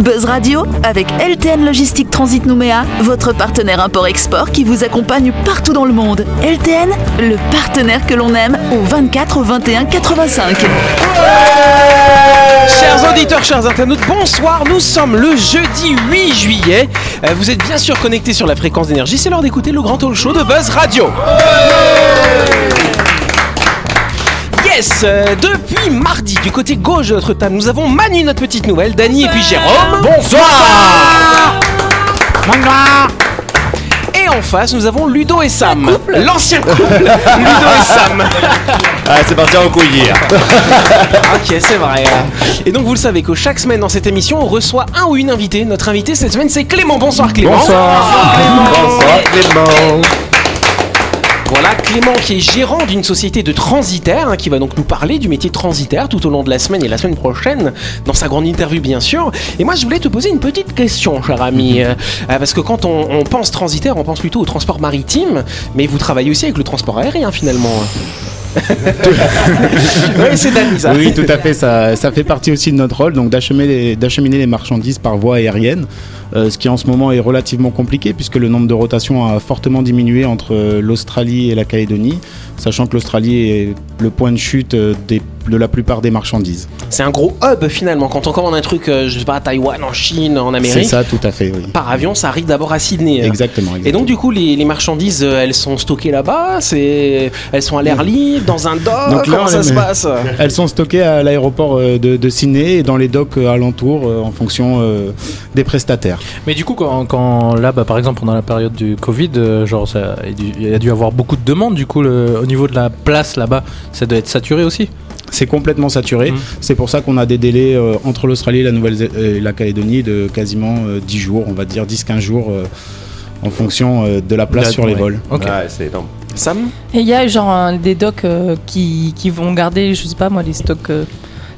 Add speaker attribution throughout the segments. Speaker 1: Buzz Radio avec LTN Logistique Transit Nouméa, votre partenaire import-export qui vous accompagne partout dans le monde. LTN, le partenaire que l'on aime au 24 21 85.
Speaker 2: Chers auditeurs, chers internautes, bonsoir. Nous sommes le jeudi 8 juillet. Euh, Vous êtes bien sûr connectés sur la fréquence d'énergie. C'est l'heure d'écouter le grand talk show de Buzz Radio. Yes euh, Depuis mardi, du côté gauche de notre table, nous avons Manu, notre petite nouvelle, Dany et puis Jérôme. Bonsoir Et en face, nous avons Ludo et Sam. L'ancien couple Ludo et Sam.
Speaker 3: Ah, c'est parti en couille hier.
Speaker 2: Ok, c'est vrai. Et donc vous le savez que chaque semaine dans cette émission, on reçoit un ou une invitée. Notre invité cette semaine, c'est Clément. Bonsoir Clément.
Speaker 3: Bonsoir. Bonsoir Clément.
Speaker 2: Voilà Clément qui est gérant d'une société de transitaires, hein, qui va donc nous parler du métier de transitaire tout au long de la semaine et la semaine prochaine, dans sa grande interview bien sûr. Et moi je voulais te poser une petite question, cher
Speaker 4: Mhm.
Speaker 2: ami, Euh, euh, parce que quand on, on pense transitaire, on pense plutôt au transport maritime, mais vous travaillez aussi avec le transport aérien finalement. oui, c'est Dani ça.
Speaker 4: Oui, tout à fait. Ça, ça fait partie aussi de notre rôle, donc d'acheminer les, d'acheminer les marchandises par voie aérienne, euh, ce qui en ce moment est relativement compliqué puisque le nombre de rotations a fortement diminué entre euh, l'Australie et la Calédonie, sachant que l'Australie est le point de chute euh, des- de la plupart des marchandises.
Speaker 2: C'est un gros hub finalement. Quand on commande un truc, euh, je sais pas, à Taïwan, en Chine, en
Speaker 4: C'est
Speaker 2: Amérique,
Speaker 4: ça, tout à fait. Oui.
Speaker 2: par avion, ça arrive d'abord à Sydney. hein.
Speaker 4: Exactement,
Speaker 2: Et donc
Speaker 4: exactement.
Speaker 2: du coup, les, les marchandises, euh, elles sont stockées là-bas, c'est, elles sont à l'air libre, dans un dock.
Speaker 4: Donc là,
Speaker 2: comment
Speaker 4: on
Speaker 2: ça
Speaker 4: les
Speaker 2: se
Speaker 4: met.
Speaker 2: passe euh,
Speaker 4: Elles sont stockées à l'aéroport euh, de, de Sydney et dans les docks euh, alentours euh, en fonction euh, des prestataires.
Speaker 5: Mais du coup, quand, quand là, bah, par exemple, pendant la période du Covid, euh, genre, ça- il y a dû avoir beaucoup de demandes. Du coup, le- au niveau de la place là-bas, ça doit être saturé aussi.
Speaker 4: C'est complètement saturé.
Speaker 5: Mm.
Speaker 4: C'est pour ça qu'on a des délais euh, entre l'Australie et la Nouvelle et la Calédonie de quasiment euh, 10 jours, on va dire 10-15 jours euh, en fonction euh, de la place
Speaker 5: Là,
Speaker 4: sur les
Speaker 5: ouais.
Speaker 4: vols.
Speaker 5: Ok.
Speaker 3: Ah, c'est énorme.
Speaker 2: Sam
Speaker 6: Et il y a genre un- des docs euh, qui, qui vont garder, je sais pas moi, les stocks. euh,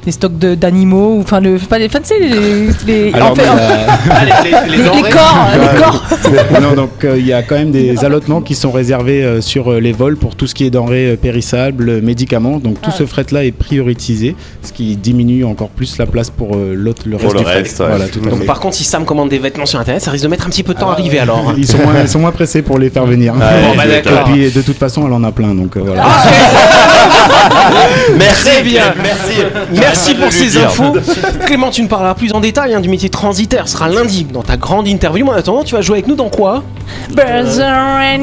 Speaker 6: les stocks de- d'animaux, ou enfin, le, pas les, enfin, tu sais, les, les, en
Speaker 4: Alors,
Speaker 6: fait,
Speaker 4: mais,
Speaker 6: en-
Speaker 4: euh,
Speaker 6: les- les corps, les corps.
Speaker 4: non, donc euh, il y a quand même des allotements qui sont réservés euh, sur euh, les vols pour tout ce qui est denrées euh, périssables, euh, médicaments. Donc tout
Speaker 6: Ah.
Speaker 4: ce fret-là est prioritisé, ce qui diminue encore plus la place pour euh, l'autre, le
Speaker 3: Pour
Speaker 4: reste
Speaker 3: le
Speaker 4: du fret.
Speaker 3: reste, ouais.
Speaker 4: Voilà, tout à
Speaker 2: Donc
Speaker 4: fait.
Speaker 2: par contre, si Sam commande des vêtements sur Internet, ça risque de mettre un petit peu de temps à
Speaker 4: Ah,
Speaker 2: arriver alors.
Speaker 4: Ils sont, moins, ils sont moins pressés pour les faire venir.
Speaker 3: Ouais, Ah,
Speaker 2: Bon, bah,
Speaker 3: je
Speaker 2: d'accord.
Speaker 3: t'en-
Speaker 4: Et puis de toute façon, elle en a plein, donc euh, voilà.
Speaker 3: Merci
Speaker 2: Très bien.
Speaker 3: bien. Merci.
Speaker 2: Merci
Speaker 3: de
Speaker 2: pour
Speaker 3: lui
Speaker 2: ces
Speaker 3: dire.
Speaker 2: infos. Clément, tu nous parleras plus en détail hein, du métier de transitaire. Ce sera lundi dans ta grande interview. Mais en attendant, tu vas jouer avec nous dans quoi
Speaker 6: Birds are in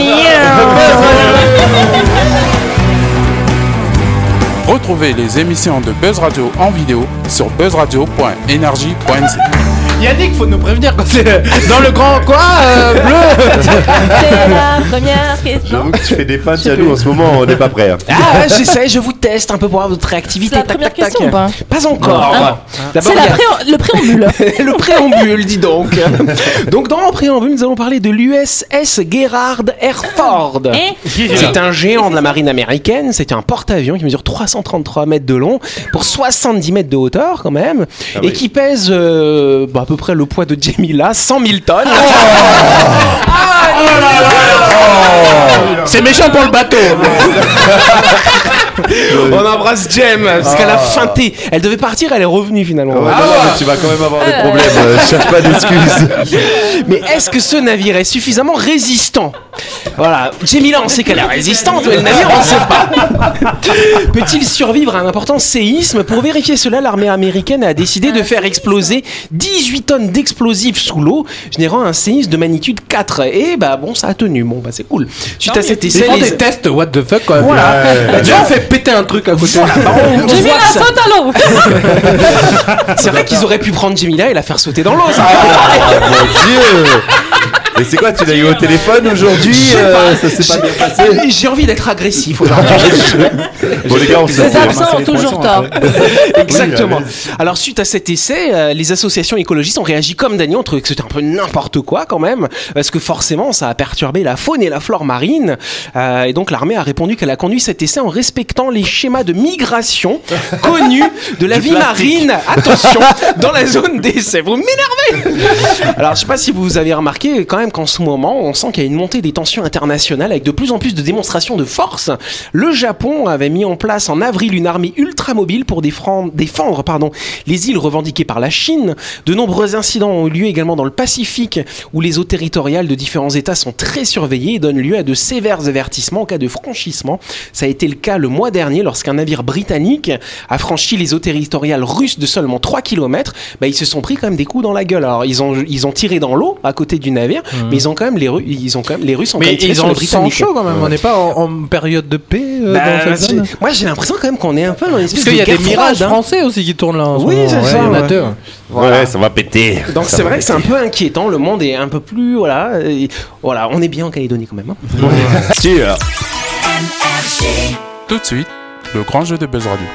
Speaker 7: Retrouvez les émissions de Buzz Radio en vidéo sur buzzradio.energie.nc.
Speaker 3: Yannick, faut nous prévenir quand c'est dans le grand quoi
Speaker 6: C'est la première question.
Speaker 3: J'avoue que tu fais des fans à nous en ce moment, on n'est pas hein. prêts.
Speaker 2: Ah, j'essaie, je vous teste un peu pour avoir votre
Speaker 6: C'est
Speaker 2: réactivité.
Speaker 6: la
Speaker 2: Tac,
Speaker 6: première
Speaker 2: tac, tac.
Speaker 6: question ou pas
Speaker 2: Pas encore.
Speaker 6: Ah.
Speaker 2: D'abord,
Speaker 6: C'est
Speaker 2: il y
Speaker 6: la
Speaker 2: a-
Speaker 6: pré- le préambule.
Speaker 2: le préambule, dis donc. Donc, dans le préambule, nous allons parler de l'USS Gerard Airford.
Speaker 6: Et
Speaker 2: C'est un géant de la marine américaine. C'est un porte-avions qui mesure 333 mètres de long pour 70 mètres de hauteur, quand même,
Speaker 3: Ah
Speaker 2: et
Speaker 3: oui.
Speaker 2: qui pèse euh, bah, à peu près le poids de Jamila, 100 000 tonnes.
Speaker 3: Oh.
Speaker 2: Ah,
Speaker 3: Oh. C'est méchant pour le bateau.
Speaker 2: On embrasse Jem parce qu'elle a
Speaker 3: Ah.
Speaker 2: feinté. Elle devait partir, elle est revenue finalement.
Speaker 3: tu vas quand même avoir des problèmes, euh, cherche pas d'excuses.
Speaker 2: Mais est-ce que ce navire est suffisamment résistant Voilà, Jemila, on sait qu'elle est résistante, mais le navire, on ne sait pas. Peut-il survivre à un important séisme Pour vérifier cela, l'armée américaine a décidé de faire exploser 18 tonnes d'explosifs sous l'eau, générant un séisme de magnitude 4. Et bah bon, ça a tenu, bon bah c'est cool. Suite à cet essai, les-
Speaker 5: tests, what the fuck, quoi.
Speaker 3: Ouais.
Speaker 5: on fait péter un truc à côté.
Speaker 2: on
Speaker 6: j'ai mis
Speaker 2: voit
Speaker 6: la
Speaker 2: que ça-
Speaker 6: faute à l'eau.
Speaker 2: C'est vrai qu'ils auraient pu prendre Jemila et la faire sauter dans l'eau. ça.
Speaker 3: Ah, mon dieu. Mais c'est quoi, tu l'as eu au téléphone aujourd'hui euh, Ça s'est pas bien passé
Speaker 2: J'ai envie d'être agressif aujourd'hui.
Speaker 3: Bon les gars, on se
Speaker 6: Les
Speaker 3: retrouve.
Speaker 6: absents ont toujours tort.
Speaker 2: hein. Exactement. Alors suite à cet essai, euh, les associations écologistes ont réagi comme Dany, on trouvait que c'était un peu n'importe quoi quand même, parce que forcément ça a perturbé la faune et la flore marine. Euh, et donc l'armée a répondu qu'elle a conduit cet essai en respectant les schémas de migration connus de la vie marine. Attention, dans la zone d'essai. Vous m'énervez. Alors je sais pas si vous avez remarqué quand même même qu'en ce moment, on sent qu'il y a une montée des tensions internationales avec de plus en plus de démonstrations de force. Le Japon avait mis en place en avril une armée ultra mobile pour défendre, défendre, pardon, les îles revendiquées par la Chine. De nombreux incidents ont eu lieu également dans le Pacifique, où les eaux territoriales de différents États sont très surveillées et donnent lieu à de sévères avertissements en cas de franchissement. Ça a été le cas le mois dernier lorsqu'un navire britannique a franchi les eaux territoriales russes de seulement 3 km. Bah, ils se sont pris quand même des coups dans la gueule. Alors, ils ont, ils ont tiré dans l'eau à côté du navire, mais ils ont quand même les, Ru- ils ont quand même, les Russes ont quand
Speaker 5: Mmh. Mais
Speaker 2: même tiré
Speaker 5: ils
Speaker 2: sur
Speaker 5: ont
Speaker 2: le
Speaker 5: le sang
Speaker 2: britannique.
Speaker 5: chaud quand même. On n'est pas en, en période de paix euh,
Speaker 2: Bah,
Speaker 5: dans cette
Speaker 2: c'est-
Speaker 5: zone.
Speaker 2: moi j'ai l'impression quand même qu'on est un peu dans une espèce
Speaker 5: Parce qu'il y a
Speaker 2: de
Speaker 5: des
Speaker 2: guerre
Speaker 5: mirages
Speaker 2: froide, hein.
Speaker 5: français aussi qui tournent là. En ce
Speaker 2: Oui,
Speaker 5: moment,
Speaker 2: c'est
Speaker 5: ouais,
Speaker 2: ça,
Speaker 5: il y en a
Speaker 2: ouais.
Speaker 5: deux.
Speaker 3: Ouais, ça va péter.
Speaker 5: hein.
Speaker 2: Donc
Speaker 3: Ça
Speaker 2: c'est
Speaker 3: va
Speaker 2: vrai que c'est un peu inquiétant, le monde est un peu plus voilà, et- voilà, on est bien en Calédonie quand même. hein.
Speaker 3: péter. Sûr.
Speaker 7: Tout de suite, le grand jeu de Buzz Radio.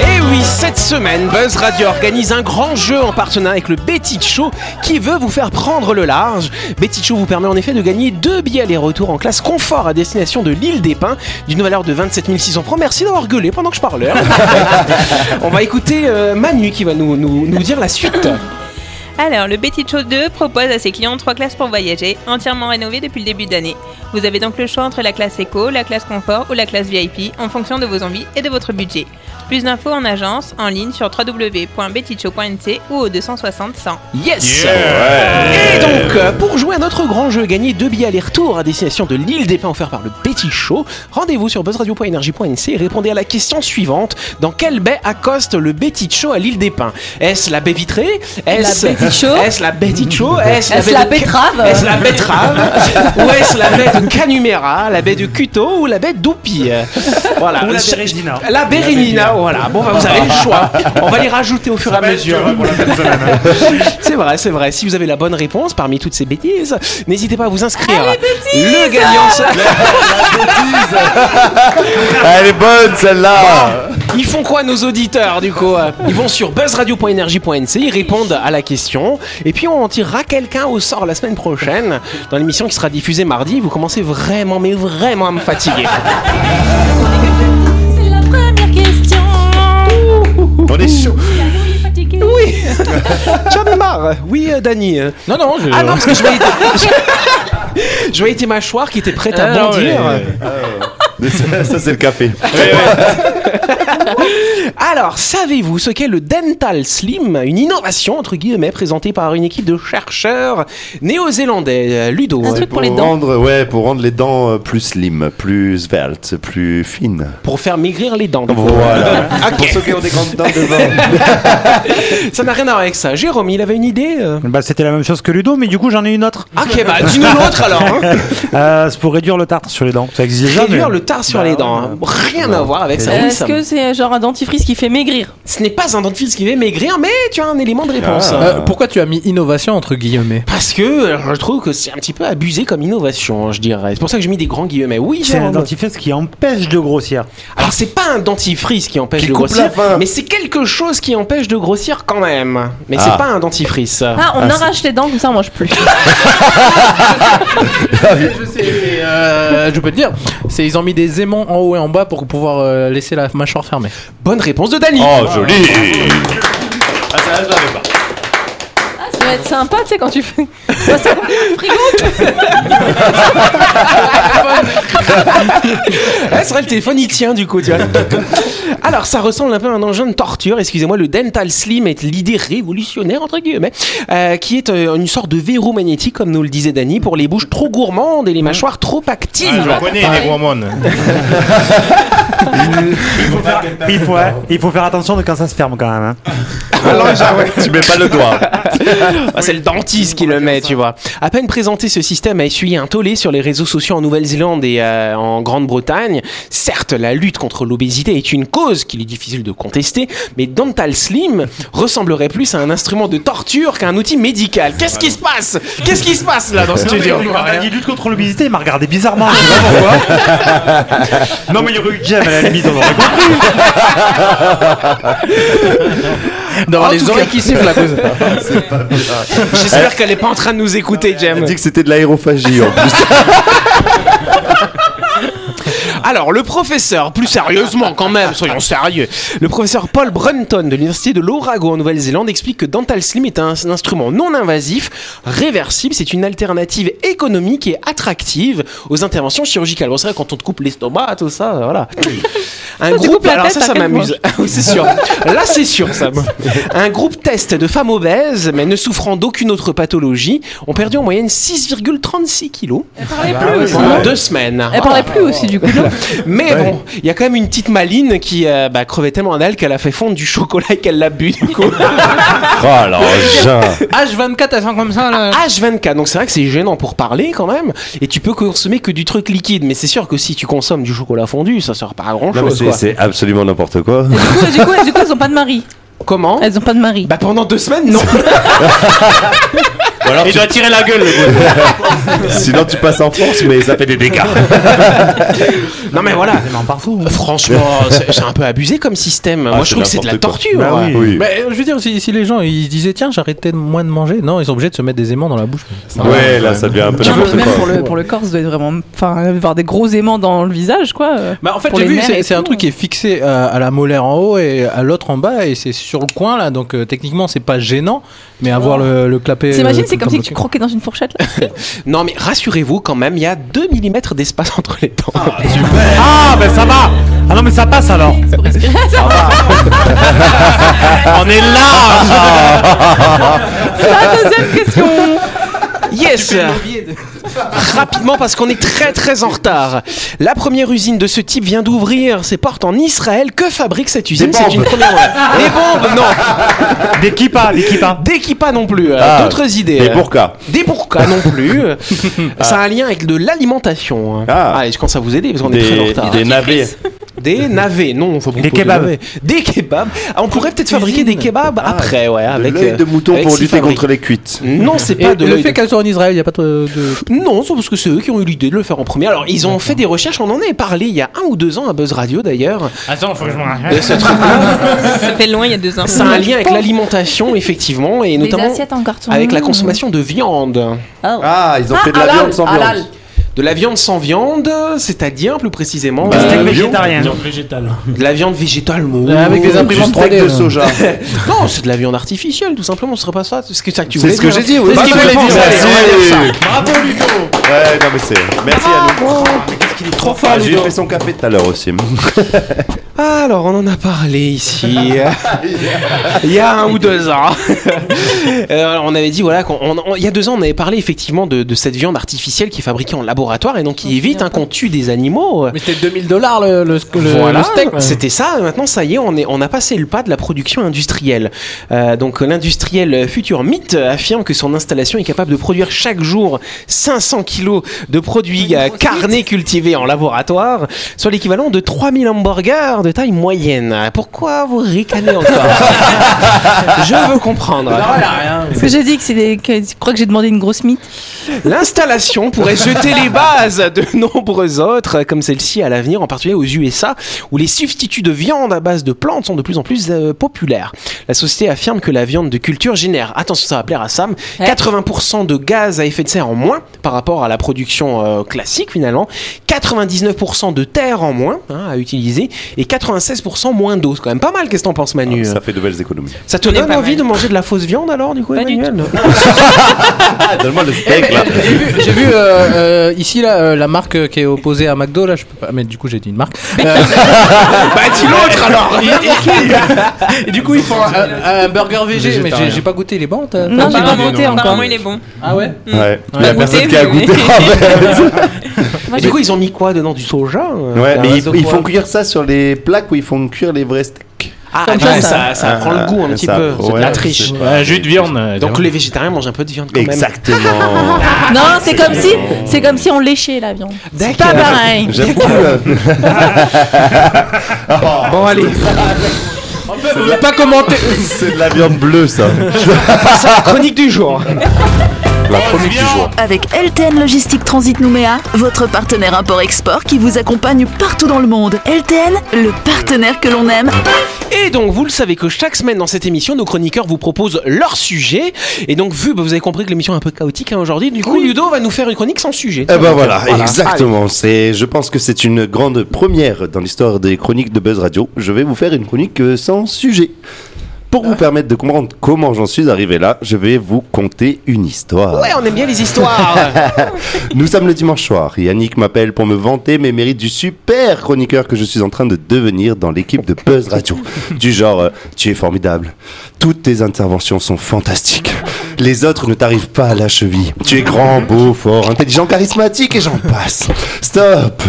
Speaker 2: Et Eh oui, cette semaine, Buzz Radio organise un grand jeu en partenariat avec le Betty Show qui veut vous faire prendre le large. Betty Show vous permet en effet de gagner deux billets aller-retour en classe confort à destination de l'île des Pins d'une valeur de 27 600 francs. Merci d'avoir gueulé pendant que je parlais. hein. on va écouter euh, Manu qui va nous, nous, nous dire la suite.
Speaker 8: Alors, le Betty Show 2 propose à ses clients trois classes pour voyager, entièrement rénovées depuis le début d'année. Vous avez donc le choix entre la classe éco, la classe confort ou la classe VIP en fonction de vos envies et de votre budget. Plus d'infos en agence, en ligne sur www.bettycho.nc ou au 260 100.
Speaker 2: Yes Et donc, euh, pour jouer à notre grand jeu, gagner deux billets aller-retour à destination de l'île des Pins offert par le Petit Show, rendez-vous sur buzzradio.energie.nc et répondez à la question suivante. Dans quelle baie accoste le Petit Show à l'île des Pins Est-ce la baie vitrée Est-ce
Speaker 6: La Betty Show
Speaker 2: Est-ce la Petit Show Est-ce
Speaker 6: Est-ce
Speaker 2: baie
Speaker 6: la
Speaker 2: de-
Speaker 6: betterave
Speaker 2: Est-ce la betterave Ou est-ce la baie de Canumera, la baie de Cuto ou la baie d'Oupi Voilà.
Speaker 9: Ou la Bérézina.
Speaker 2: La Bérénina, voilà. Bon, bah, vous avez le choix. On va les rajouter au fur et à
Speaker 9: va être
Speaker 2: mesure.
Speaker 9: dur, hein, pour la fin de semaine, hein.
Speaker 2: C'est vrai, c'est vrai. Si vous avez la bonne réponse parmi toutes ces bêtises, n'hésitez pas à vous inscrire. le gagnant, sera-
Speaker 3: Elle est bonne celle-là.
Speaker 2: ils font quoi nos auditeurs du coup euh Ils vont sur buzzradio.energie.nc, ils répondent à la question, et puis on en tirera quelqu'un au sort la semaine prochaine dans l'émission qui sera diffusée mardi. Vous commencez vraiment, mais vraiment à me fatiguer.
Speaker 6: C'est la première question.
Speaker 3: On est chaud.
Speaker 2: Oui, j'en ai marre. Oui, euh, Dani. euh.
Speaker 5: Non, non, je.
Speaker 2: Ah non, parce que je voyais, je- je voyais tes mâchoires qui étaient prêtes à
Speaker 5: Ah non,
Speaker 2: bondir.
Speaker 5: mais-
Speaker 3: Ça, ça, c'est le café.
Speaker 2: Alors, savez-vous ce qu'est le Dental Slim Une innovation, entre guillemets, présentée par une équipe de chercheurs néo-zélandais. Euh, Ludo.
Speaker 6: Un
Speaker 2: ouais.
Speaker 6: truc pour les dents.
Speaker 3: rendre, ouais, pour rendre les dents euh, plus slim, plus sveltes, plus fines.
Speaker 2: Pour faire maigrir les dents. du coup.
Speaker 3: Voilà. Pour ceux qui ont des grandes dents devant.
Speaker 2: Ça n'a rien à voir avec ça. Jérôme, il avait une idée euh
Speaker 9: Bah, c'était la même chose que Ludo, mais du coup j'en ai une autre.
Speaker 2: Ok, bah dis-nous l'autre alors. hein.
Speaker 9: Euh, c'est pour réduire le tartre sur les dents. Ça existe déjà.
Speaker 2: Réduire
Speaker 9: mais-
Speaker 2: le tar sur
Speaker 9: Bah,
Speaker 2: les dents.
Speaker 9: ouais.
Speaker 2: hein. Rien à voir avec ça. Oui,
Speaker 6: Euh, Est-ce
Speaker 2: ça-
Speaker 6: que c'est genre un dentifrice qui fait maigrir
Speaker 2: Ce n'est pas un dentifrice qui va maigrir, mais tu as un élément de réponse. hein.
Speaker 3: Ah.
Speaker 5: Euh, pourquoi tu as mis innovation entre guillemets
Speaker 2: Parce que euh, je trouve que c'est un petit peu abusé comme innovation, je dirais. C'est pour ça que j'ai mis des grands guillemets. Oui,
Speaker 9: C'est un
Speaker 2: Jérôme.
Speaker 9: dentifrice qui empêche de grossir.
Speaker 2: Alors c'est pas un dentifrice qui empêche
Speaker 3: Qui
Speaker 2: de
Speaker 3: coupe
Speaker 2: grossir,
Speaker 3: la faim.
Speaker 2: mais c'est quelque chose qui empêche de grossir quand même. Mais
Speaker 3: Ah.
Speaker 2: c'est pas un dentifrice.
Speaker 6: Ah, on arrache les dents comme ça, on mange plus.
Speaker 2: Ah,
Speaker 5: Euh, Je peux te dire, c'est ils ont mis des aimants en haut et en bas pour pouvoir euh, laisser la mâchoire fermée.
Speaker 2: Bonne réponse de Dany.
Speaker 3: Oh, joli. Ah, ça, je l'avais pas.
Speaker 6: Ça va être sympa, tu sais, quand tu fais. Moi, ça-
Speaker 2: Ouais, c'est vrai, Eh, le téléphone il tient du coup, tu vois. Alors ça ressemble un peu à un engin de torture, excusez-moi, le Dental Slim est l'idée révolutionnaire entre guillemets, euh, qui est euh, une sorte de verrou magnétique comme nous le disait Dany pour les bouches trop gourmandes et les mâchoires trop actives.
Speaker 10: connais les gourmandes.
Speaker 9: Il faut, ouais, il faut faire attention de quand ça se ferme quand même. hein.
Speaker 3: Tu mets pas le doigt.
Speaker 2: Ah, c'est le dentiste qui le met, tu vois. À peine présenté, ce système a essuyé un tollé sur les réseaux sociaux en Nouvelle-Zélande et euh, en Grande-Bretagne. Certes, la lutte contre l'obésité est une cause qu'il est difficile de contester, mais Dental Slim ressemblerait plus à un instrument de torture qu'à un outil médical. Qu'est-ce qui se passe Qu'est-ce qui se passe là dans ce studio
Speaker 9: Il a dit lutte contre l'obésité, il m'a regardé
Speaker 2: Ah,
Speaker 9: bizarrement. Je sais pas pourquoi. non, mais il y aurait eu Jem à la limite, on aurait compris.
Speaker 5: D'avoir
Speaker 2: En
Speaker 5: les
Speaker 2: tout
Speaker 5: oreilles
Speaker 2: cas-
Speaker 5: qui sifflent à cause.
Speaker 2: J'espère qu'elle n'est pas en train de nous écouter,
Speaker 3: Elle
Speaker 2: Jem.
Speaker 3: dit que c'était de l'aérophagie en plus.
Speaker 2: Alors, le professeur, plus sérieusement quand même, soyons sérieux, le professeur Paul Brunton de l'université de l'Orago en Nouvelle-Zélande explique que Dental Slim est un, un instrument non invasif, réversible, c'est une alternative économique et attractive aux interventions chirurgicales. Bon, c'est vrai, quand on te coupe l'estomac, tout ça, voilà. Un
Speaker 8: te coupe la
Speaker 2: alors
Speaker 8: tête,
Speaker 2: ça, ça
Speaker 8: t'inquiète, moi.
Speaker 2: m'amuse. Ah oui, c'est sûr. Là, c'est sûr, ça. Un groupe test de femmes obèses, mais ne souffrant d'aucune autre pathologie, ont perdu en moyenne 6,36 kilos
Speaker 6: Elle parlait plus aussi.
Speaker 2: pendant
Speaker 6: non
Speaker 2: deux semaines.
Speaker 6: Elle parlait plus aussi du coup. non
Speaker 2: Mais bon, il y a quand même une petite maline qui euh, bah, crevait tellement d'algues qu'elle a fait fondre du chocolat et qu'elle l'a bu du coup.
Speaker 3: Oh l'engin
Speaker 5: H24, elles sont comme
Speaker 2: Ah,
Speaker 5: ça. Là.
Speaker 2: H24, donc c'est vrai que c'est gênant pour parler quand même. Et tu peux consommer que du truc liquide, mais c'est sûr que si tu consommes du chocolat fondu, ça sert pas à grand
Speaker 3: Non, mais
Speaker 2: chose.
Speaker 3: c'est- c'est absolument n'importe quoi.
Speaker 6: Du coup, du coup, du coup, elles ont pas de mari.
Speaker 2: Comment
Speaker 6: Elles ont pas de mari.
Speaker 2: Bah pendant deux semaines, non.
Speaker 3: Ou alors,
Speaker 9: Il
Speaker 3: tu-
Speaker 9: doit tirer la gueule.
Speaker 3: sinon tu passes en France, mais ça fait des dégâts.
Speaker 2: non mais voilà.
Speaker 9: hein.
Speaker 2: Franchement, c'est c'est un peu abusé comme système. Ah, Moi, je
Speaker 3: Ah, c'est
Speaker 2: trouve que c'est de la
Speaker 3: n'importe quoi.
Speaker 2: torture.
Speaker 9: Bah
Speaker 2: ouais.
Speaker 9: oui.
Speaker 3: Oui.
Speaker 5: Mais euh, je veux dire, si, si les gens ils se disaient tiens, j'arrêtais de moins de manger, non, ils sont obligés de se mettre des aimants dans la bouche.
Speaker 3: Ouais, là ça devient un peu
Speaker 6: Non,
Speaker 3: n'importe
Speaker 6: mais même
Speaker 3: quoi.
Speaker 6: pour le, pour le corps, ça doit être vraiment. Enfin, avoir des gros aimants dans le visage, quoi. euh.
Speaker 5: Bah, en fait,
Speaker 6: Pour
Speaker 5: j'ai
Speaker 6: les
Speaker 5: vu,
Speaker 6: nerfs
Speaker 5: c'est
Speaker 6: et
Speaker 5: c'est un
Speaker 6: tout.
Speaker 5: truc qui est fixé euh, à, à la molaire en haut et à l'autre en bas, et c'est sur le coin là, donc euh, techniquement c'est pas gênant, mais avoir le, le clapet.
Speaker 6: Oh. T'imagines,
Speaker 5: euh,
Speaker 6: c'est
Speaker 5: tout
Speaker 6: comme
Speaker 5: le
Speaker 6: si
Speaker 5: temps
Speaker 6: tu
Speaker 5: bloqué.
Speaker 6: croquais dans une fourchette. là.
Speaker 2: Non mais rassurez-vous quand même, il y a 2 mm d'espace entre les dents.
Speaker 9: Ah, ben ça va. Ah non, mais ça passe alors.
Speaker 6: Pour respirer.
Speaker 9: On est là.
Speaker 6: C'est la deuxième question.
Speaker 2: Yes Rapidement parce qu'on est très très en retard. La première usine de ce type vient d'ouvrir ses portes en Israël. Que fabrique cette usine
Speaker 3: Des
Speaker 2: C'est une première. ouais. Des bombes Non
Speaker 9: Des kippas, des kippas.
Speaker 2: Des kippas non plus. Euh,
Speaker 3: Ah,
Speaker 2: D'autres idées.
Speaker 3: Des
Speaker 2: Euh,
Speaker 3: burkas.
Speaker 2: Des burkas non plus. Euh, Ça a un lien avec de l'alimentation. hein.
Speaker 3: Ah.
Speaker 2: Allez, je commence à vous aider parce qu'on est très en
Speaker 3: Des,
Speaker 2: retard.
Speaker 3: des navets.
Speaker 2: Des navets, non, faut pas
Speaker 9: Des
Speaker 2: plutôt
Speaker 9: kebabs.
Speaker 2: navets. Des kebabs. Ah, on pourrait peut-être fabriquer des kebabs après, ouais,
Speaker 3: Ah, De
Speaker 2: avec
Speaker 3: L'œil de
Speaker 2: euh,
Speaker 3: mouton
Speaker 2: avec
Speaker 3: pour
Speaker 2: six
Speaker 3: lutter
Speaker 2: fabriques.
Speaker 3: contre les cuites.
Speaker 2: Non, c'est
Speaker 5: Et
Speaker 2: pas de
Speaker 5: le
Speaker 2: l'œil de
Speaker 5: fait qu'elles soient en Israël, il y a pas de. de-
Speaker 2: Non, c'est parce que c'est eux qui ont eu l'idée de le faire en premier. Alors, ils ont fait des recherches, on en avait parlé il y a un ou deux ans à Buzz Radio d'ailleurs.
Speaker 9: Attends,
Speaker 2: Euh,
Speaker 9: faut que je m'en
Speaker 2: De ce truc-là,
Speaker 8: Ça fait loin il y a deux ans.
Speaker 2: ça a un lien avec l'alimentation, effectivement, et
Speaker 6: Les
Speaker 2: notamment Ah,
Speaker 6: assiettes en carton.
Speaker 2: avec la consommation de viande.
Speaker 3: Ah, ils ont fait de la viande sans viande.
Speaker 2: De la viande sans viande, c'est-à-dire plus précisément
Speaker 3: Bah,
Speaker 9: Steak
Speaker 2: euh,
Speaker 9: végétarien.
Speaker 2: de la viande végétale. mou.
Speaker 5: Avec des
Speaker 3: Du
Speaker 5: imprimantes
Speaker 3: steak
Speaker 5: 3D.
Speaker 3: de
Speaker 2: euh,
Speaker 5: là.
Speaker 3: soja.
Speaker 2: Non, c'est de la viande artificielle, tout simplement. Ce serait pas ça. C'est ce que, ça que tu
Speaker 3: C'est
Speaker 2: voulais
Speaker 3: ce que j'ai dit, oui.
Speaker 2: C'est ce
Speaker 3: Bah,
Speaker 2: qu'il
Speaker 3: tu
Speaker 2: voulait
Speaker 3: l'as
Speaker 2: dire.
Speaker 3: dit,
Speaker 2: Allez, on va dire ça.
Speaker 3: Ouais, non mais c'est. Merci à nous.
Speaker 9: Il est trop fort.
Speaker 3: Ah, J'ai fait son café tout à l'heure aussi.
Speaker 2: Ah, Alors, on en a parlé ici il y a un ou deux ans. Euh, alors, on avait dit, voilà, qu'on- on- on- il y a deux ans, on avait parlé effectivement de, de cette viande artificielle qui est fabriquée en laboratoire et donc qui évite hein, qu'on tue des animaux.
Speaker 5: Mais c'était 2000 dollars le, le, le-
Speaker 2: Voilà,
Speaker 5: le steak. ouais.
Speaker 2: c'était ça. Maintenant, ça y est, on, est, on a passé le pas de la production industrielle. Euh, donc, l'industriel Futur Meat affirme que son installation est capable de produire chaque jour 500 kilos de produits euh, carnés cultivés en laboratoire, soit l'équivalent de 3000 hamburgers de taille moyenne. Pourquoi vous ricanez encore Je veux comprendre.
Speaker 6: Parce que j'ai dit que c'est des. que tu crois que j'ai demandé une grosse mythe
Speaker 2: L'installation pourrait jeter les bases de nombreux autres, comme celle-ci à l'avenir, en particulier aux USA, où les substituts de viande à base de plantes sont de plus en plus euh, populaires. La société affirme que la viande de culture génère, attention ça va plaire à Sam,
Speaker 6: Ouais.
Speaker 2: 80% de gaz à effet de serre en moins par rapport à la production euh, classique finalement, 99% de terre en moins hein, à utiliser et 96% moins d'eau. C'est quand même pas mal, qu'est-ce que t'en penses Manu
Speaker 3: Ah, Ça fait de belles économies.
Speaker 2: Ça te
Speaker 8: On est
Speaker 2: donne
Speaker 8: pas
Speaker 2: envie
Speaker 8: mal.
Speaker 2: de manger de la fausse viande alors du coup
Speaker 8: Pas du
Speaker 2: Emmanuel
Speaker 3: Ah, donne-moi le steak là.
Speaker 5: J'ai vu, j'ai vu, euh, euh, ici là, euh, la marque euh, qui est opposée à McDo là, je peux pas. Mais du coup j'ai dit une marque. Euh,
Speaker 2: Bah dis l'autre alors
Speaker 5: et du coup ils font un, un-
Speaker 8: euh,
Speaker 5: un burger VG, mais j'ai- j'ai pas goûté les bancs. t'as-
Speaker 6: Non,
Speaker 5: t'as-
Speaker 6: j'ai pas
Speaker 5: t'as-
Speaker 6: goûté
Speaker 5: t'as-
Speaker 6: encore.
Speaker 8: Apparemment, il est bon.
Speaker 5: Ah ouais.
Speaker 3: Ouais. Il y
Speaker 5: Ouais,
Speaker 3: a personne
Speaker 8: goûter,
Speaker 3: qui a
Speaker 8: mais-
Speaker 3: goûté.
Speaker 2: Et du coup, ils ont mis quoi dedans Du soja euh,
Speaker 3: Ouais,
Speaker 2: un
Speaker 3: mais
Speaker 2: reste
Speaker 3: ils,
Speaker 2: de
Speaker 3: ils
Speaker 2: quoi
Speaker 3: font cuire ça sur les plaques où ils font cuire les vrais steaks.
Speaker 2: Ah,
Speaker 6: Comme
Speaker 2: ouais,
Speaker 6: ça,
Speaker 2: ça,
Speaker 6: ça-
Speaker 2: ça, prend le goût un
Speaker 3: ça-
Speaker 2: petit peu. C'est de
Speaker 3: ouais,
Speaker 2: la triche.
Speaker 3: c'est-
Speaker 9: Un Euh, jus de viande.
Speaker 2: Donc, les végétariens mangent un peu de viande quand même.
Speaker 3: Exactement.
Speaker 6: Non, Ah, c'est comme si, c'est comme si on léchait la viande. C'est
Speaker 2: D'accord.
Speaker 6: pas pareil.
Speaker 3: J'aime beaucoup. euh,
Speaker 2: Bon, allez,
Speaker 5: Pas commenter.
Speaker 3: C'est de la viande bleue ça.
Speaker 2: c'est la chronique du jour.
Speaker 7: la première qui jour.
Speaker 1: Avec LTN Logistique Transit Nouméa, votre partenaire import-export qui vous accompagne partout dans le monde. LTN, le partenaire que l'on aime.
Speaker 2: Et donc, vous le savez que chaque semaine dans cette émission, nos chroniqueurs vous proposent leur sujet. Et donc, vu, bah, vous avez compris que l'émission est un peu chaotique hein, aujourd'hui. Du coup, Ludo va nous faire une chronique sans sujet.
Speaker 3: Eh ben voilà, exactement. C'est, je pense que c'est une grande première dans l'histoire des chroniques de Buzz Radio. Je vais vous faire une chronique euh, sans sujet. Pour vous permettre de comprendre comment j'en suis arrivé là, je vais vous conter une histoire.
Speaker 2: Ouais, Eh, on aime bien les histoires.
Speaker 3: Nous sommes le dimanche soir. Yannick m'appelle pour me vanter mes mérites du super chroniqueur que je suis en train de devenir dans l'équipe de Buzz Radio. Du genre, euh, tu es formidable. Toutes tes interventions sont fantastiques. Les autres ne t'arrivent pas à la cheville. Tu es grand, beau, fort, intelligent, charismatique et j'en passe. Stop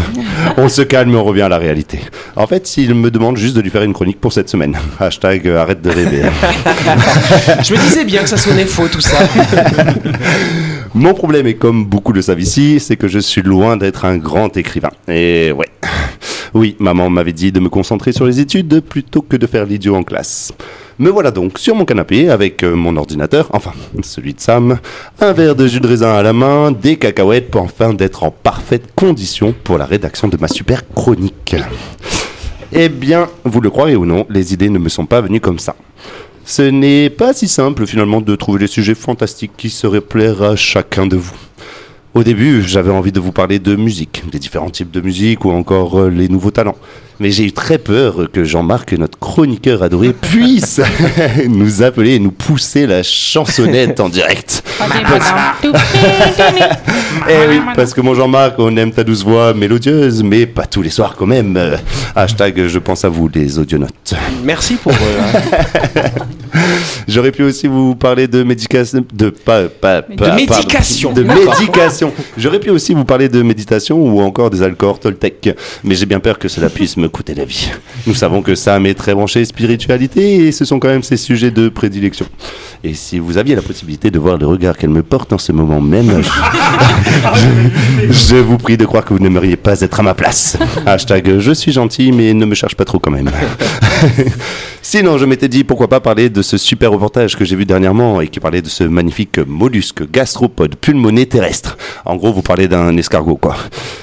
Speaker 3: On se calme et on revient à la réalité. En fait, il me demande juste de lui faire une chronique pour cette semaine. Hashtag euh, arrête de rêver.
Speaker 2: Je me disais bien que ça sonnait faux tout ça.
Speaker 3: Mon problème, et comme beaucoup le savent ici, c'est que je suis loin d'être un grand écrivain. Et ouais. Oui, maman m'avait dit de me concentrer sur les études plutôt que de faire l'idiot en classe. Me voilà donc sur mon canapé avec euh, mon ordinateur, enfin celui de Sam, un verre de jus de raisin à la main, des cacahuètes pour enfin d'être en parfaite condition pour la rédaction de ma super chronique. Eh bien, vous le croyez ou non, les idées ne me sont pas venues comme ça. Ce n'est pas si simple finalement de trouver les sujets fantastiques qui seraient plaire à chacun de vous. Au début, j'avais envie de vous parler de musique, des différents types de musique ou encore euh, les nouveaux talents. Mais j'ai eu très peur que Jean-Marc, notre chroniqueur adoré, puisse nous appeler et nous pousser la chansonnette en direct. Eh oui, parce que mon Jean-Marc, on aime ta douce voix mélodieuse, mais pas tous les soirs quand même. Euh, Hashtag je pense à vous, les audionautes.
Speaker 2: Merci pour. euh,
Speaker 3: J'aurais pu aussi vous parler de médication. De, pas, pas, pas- pardon.
Speaker 2: médication.
Speaker 3: De médication. J'aurais pu aussi vous parler de méditation ou encore des alcools Toltec. Mais j'ai bien peur que cela puisse me coûter la vie. Nous savons que Sam est très branché spiritualité et ce sont quand même ses sujets de prédilection. Et si vous aviez la possibilité de voir le regard qu'elle me porte en ce moment même, je, je vous prie de croire que vous n'aimeriez pas être à ma place. Hashtag je suis gentil mais ne me cherche pas trop quand même. Sinon, je m'étais dit pourquoi pas parler de ce super reportage que j'ai vu dernièrement et qui parlait de ce magnifique mollusque gastropode pulmoné terrestre. En gros, vous parlez d'un escargot, quoi.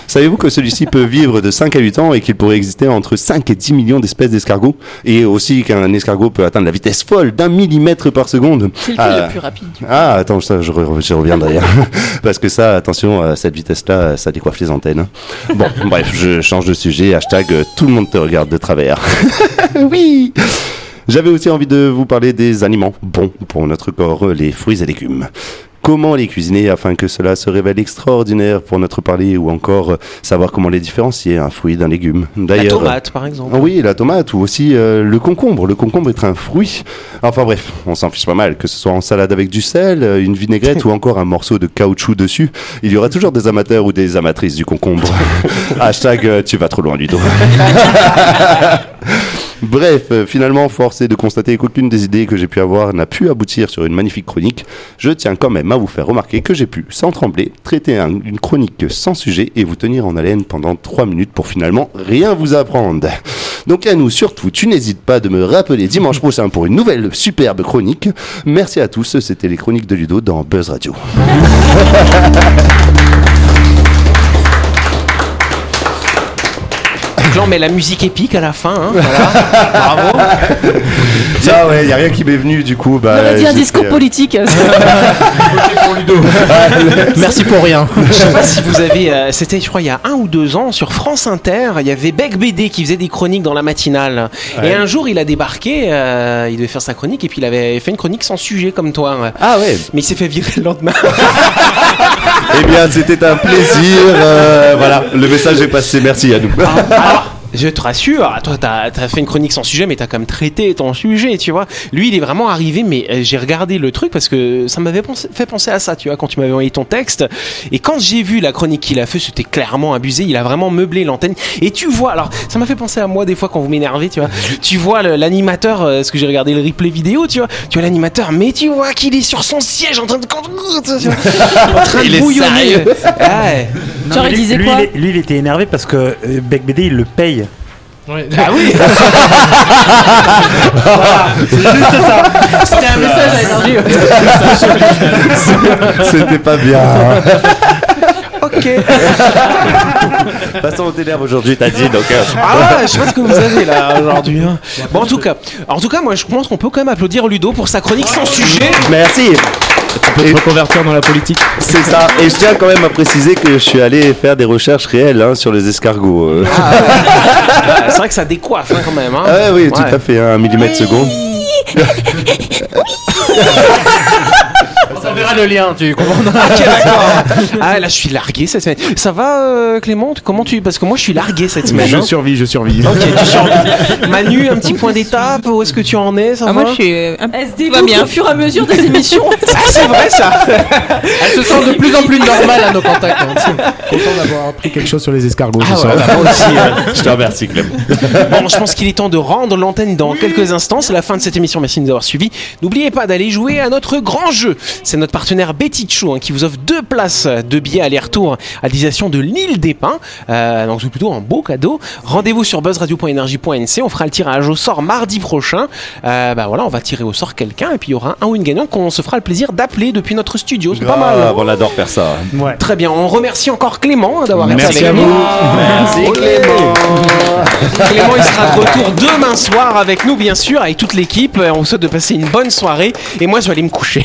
Speaker 3: Savez-vous que celui-ci peut vivre de 5 à 8 ans et qu'il pourrait exister entre 5 et 10 millions d'espèces d'escargots Et aussi qu'un escargot peut atteindre la vitesse folle d'un millimètre par seconde.
Speaker 6: C'est lequel
Speaker 3: Ah,
Speaker 6: le plus rapide du coup
Speaker 3: ah, attends, ça, je, re- je reviens d'ailleurs. Parce que ça, attention, à cette vitesse-là, ça décoiffe les antennes. hein. Bon, bref, je change de sujet. Hashtag euh, tout le monde te regarde de travers. oui J'avais aussi envie de vous parler des aliments bons pour notre corps, les fruits et légumes. Comment les cuisiner afin que cela se révèle extraordinaire pour notre parler ou encore euh, savoir comment les différencier, un fruit d'un légume.
Speaker 2: La
Speaker 3: D'ailleurs,
Speaker 2: tomate, par exemple.
Speaker 3: ah oui, la tomate ou aussi euh, le concombre. Le concombre est un fruit. Enfin bref, on s'en fiche pas mal, que ce soit en salade avec du sel, euh, une vinaigrette ou encore un morceau de caoutchouc dessus. Il y aura toujours des amateurs ou des amatrices du concombre. Hashtag euh, tu vas trop loin, Ludo. Bref, euh, finalement, force est de constater qu'aucune des idées que j'ai pu avoir n'a pu aboutir sur une magnifique chronique. Je tiens quand même à vous faire remarquer que j'ai pu, sans trembler, traiter un- une chronique sans sujet et vous tenir en haleine pendant 3 minutes pour finalement rien vous apprendre. Donc à nous, surtout, tu n'hésites pas de me rappeler dimanche prochain pour une nouvelle superbe chronique. Merci à tous, c'était les chroniques de Ludo dans Buzz Radio. euh.
Speaker 2: Donc là, on met la musique épique à la fin. hein, voilà.
Speaker 3: Ça ouais, y a rien qui m'est venu du coup. Bah,
Speaker 6: On aurait dit un
Speaker 3: j'étais,
Speaker 6: discours
Speaker 3: euh,
Speaker 6: politique.
Speaker 5: Merci pour rien.
Speaker 2: Je sais pas si vous avez. euh, C'était, je crois, il y a un ou deux ans, sur France Inter, il y avait Beck BD qui faisait des chroniques dans la matinale. Et un jour, il a débarqué, euh, il devait faire sa chronique, et puis il avait fait une chronique sans sujet, comme toi. hein.
Speaker 3: Ah ouais.
Speaker 2: Mais il s'est fait virer le lendemain.
Speaker 3: Eh bien, c'était un plaisir. euh, voilà, le message est passé. Merci à nous.
Speaker 2: Alors, je te rassure, toi, t'as as fait une chronique sans sujet, mais t'as quand même traité ton sujet, tu vois. Lui, il est vraiment arrivé, mais euh, j'ai regardé le truc parce que ça m'avait pensé- fait penser à ça, tu vois, quand tu m'avais envoyé ton texte. Et quand j'ai vu la chronique qu'il a fait, c'était clairement abusé. Il a vraiment meublé l'antenne. Et tu vois, alors, ça m'a fait penser à moi des fois quand vous m'énervez, tu vois. Tu vois le- l'animateur, euh, parce que j'ai regardé le replay vidéo, tu vois. Tu vois l'animateur, mais tu vois qu'il est sur son siège en train de. en train de
Speaker 3: Il est
Speaker 2: bouillonner. Ouais.
Speaker 6: Genre, il disait
Speaker 9: lui,
Speaker 6: quoi
Speaker 9: il est- lui, il était énervé parce que euh, Beck BD, il le paye.
Speaker 2: Ah oui
Speaker 9: Juste ça.
Speaker 5: C'était un message à énergie.
Speaker 3: C'était pas bien. hein.
Speaker 2: Ok.
Speaker 3: Passons au ténèbres aujourd'hui, t'as dit. Donc, euh,
Speaker 2: Ah, je sais pas ce que vous avez là aujourd'hui. hein. Bon, en tout cas, en tout cas, moi, je pense qu'on peut quand même applaudir Ludo pour sa chronique sans sujet.
Speaker 3: merci.
Speaker 4: Peut se reconvertir dans la politique.
Speaker 3: C'est ça. Et je tiens quand même à préciser que je suis allé faire des recherches réelles hein, sur les escargots. euh.
Speaker 2: Ah, C'est vrai que ça décoiffe hein, quand même. hein.
Speaker 3: Ah oui, tout
Speaker 2: Ouais.
Speaker 3: à fait, hein, un millimètre seconde.
Speaker 5: On verra le lien, tu comprends
Speaker 2: Ok, d'accord. Ah là, je suis largué cette semaine. Ça va, euh, Clément Comment tu Parce que moi, je suis largué cette semaine.
Speaker 4: Je
Speaker 2: hein.
Speaker 4: survis, je survis.
Speaker 2: Ok, tu sors. Manu, un petit point d'étape. Où est-ce que tu en es ça va
Speaker 8: Ah, moi, je suis. euh, un-
Speaker 6: Elle se
Speaker 8: va
Speaker 6: développe
Speaker 8: bien.
Speaker 6: au fur et à mesure des émissions.
Speaker 2: Ah, c'est vrai ça.
Speaker 5: Elle se sent de plus en plus normale à nos contacts. hein.
Speaker 4: Content d'avoir appris quelque chose sur les escargots
Speaker 2: Ah
Speaker 4: ce
Speaker 2: ouais,
Speaker 4: soir.
Speaker 2: bah, moi aussi. euh.
Speaker 3: Je te remercie, Clément.
Speaker 2: Bon, je pense qu'il est temps de rendre l'antenne dans quelques instants. C'est la fin de cette émission. Merci de nous avoir suivis. N'oubliez pas d'aller jouer à notre grand jeu. C'est notre partenaire Betty Chou hein, qui vous offre deux places de billets aller-retour à l'utilisation de l'île des Pins. Euh, donc, c'est plutôt un beau cadeau. Rendez-vous sur buzzradio.energie.nc. On fera le tirage au sort mardi prochain. Euh, bah voilà, on va tirer au sort quelqu'un et puis il y aura un ou une gagnante qu'on se fera le plaisir d'appeler depuis notre studio. C'est pas mal. hein.
Speaker 3: Grave, Ah, On adore faire ça.
Speaker 9: Ouais.
Speaker 2: Très bien, on remercie encore Clément hein, d'avoir été
Speaker 4: Merci
Speaker 2: avec
Speaker 4: à
Speaker 2: nous.
Speaker 4: vous.
Speaker 3: Merci, Clément.
Speaker 2: Clément, il sera de retour demain soir avec nous, bien sûr, avec toute l'équipe. Euh, On vous souhaite de passer une bonne soirée. Et moi, je vais aller me coucher.